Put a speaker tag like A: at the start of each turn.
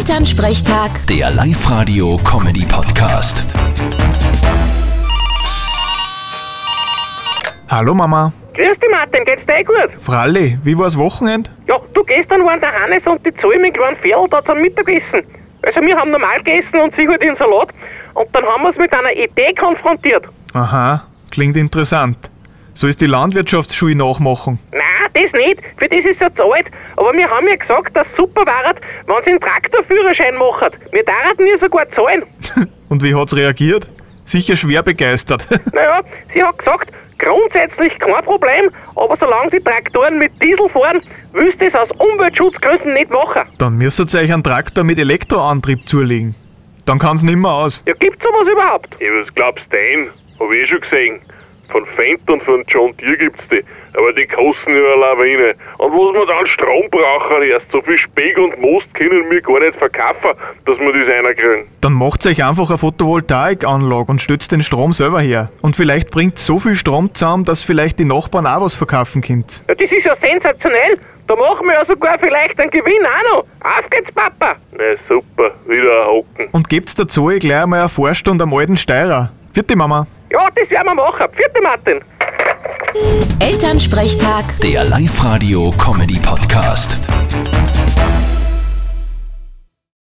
A: Elternsprechtag,
B: Der Live-Radio-Comedy-Podcast.
C: Hallo Mama.
D: Grüß dich Martin, geht's dir eh gut?
C: Fralli, wie war's Wochenend?
D: Ja, du gestern waren der Hannes und die Zoe mit dem kleinen Pferd da zum Mittagessen. Also wir haben normal gegessen und sie halt den Salat. Und dann haben wir uns mit einer Idee konfrontiert.
C: Aha, klingt interessant. So ist die Landwirtschaftsschule nachmachen.
D: Nein, das nicht, für das ist er zu alt. Aber wir haben ja gesagt, dass super wäre, wenn sie einen Traktorführerschein machen. Wir dachten ihr sogar zahlen.
C: Und wie hat's reagiert? Sicher schwer begeistert.
D: Naja, sie hat gesagt, grundsätzlich kein Problem, aber solange die Traktoren mit Diesel fahren, willst du das aus Umweltschutzgründen nicht machen.
C: Dann müsst ihr euch einen Traktor mit Elektroantrieb zulegen. Dann kann's nimmer aus.
D: Ja, gibt's sowas überhaupt?
E: Ja, was glaubst du denn? Hab ich eh schon gesehen. Von Fendt und von John Deere gibt's die, aber die kosten ja eine Lawine. Und was wir dann Strom brauchen erst, so viel Speck und Most können wir gar nicht verkaufen, dass wir das einer kriegen.
C: Dann macht euch einfach eine Photovoltaikanlage und stützt den Strom selber her. Und vielleicht bringt so viel Strom zusammen, dass vielleicht die Nachbarn auch was verkaufen könnt.
D: Ja, das ist ja sensationell. Da machen wir ja sogar vielleicht einen Gewinn auch noch. Auf geht's, Papa.
E: Na super, wieder ein Hocken.
C: Und gebt's der Zoe gleich einmal eine Vorstunde am alten Steirer. Vierte Mama.
D: Ja, das werden wir machen. Vierte Martin.
A: Elternsprechtag.
B: Der Live-Radio-Comedy-Podcast.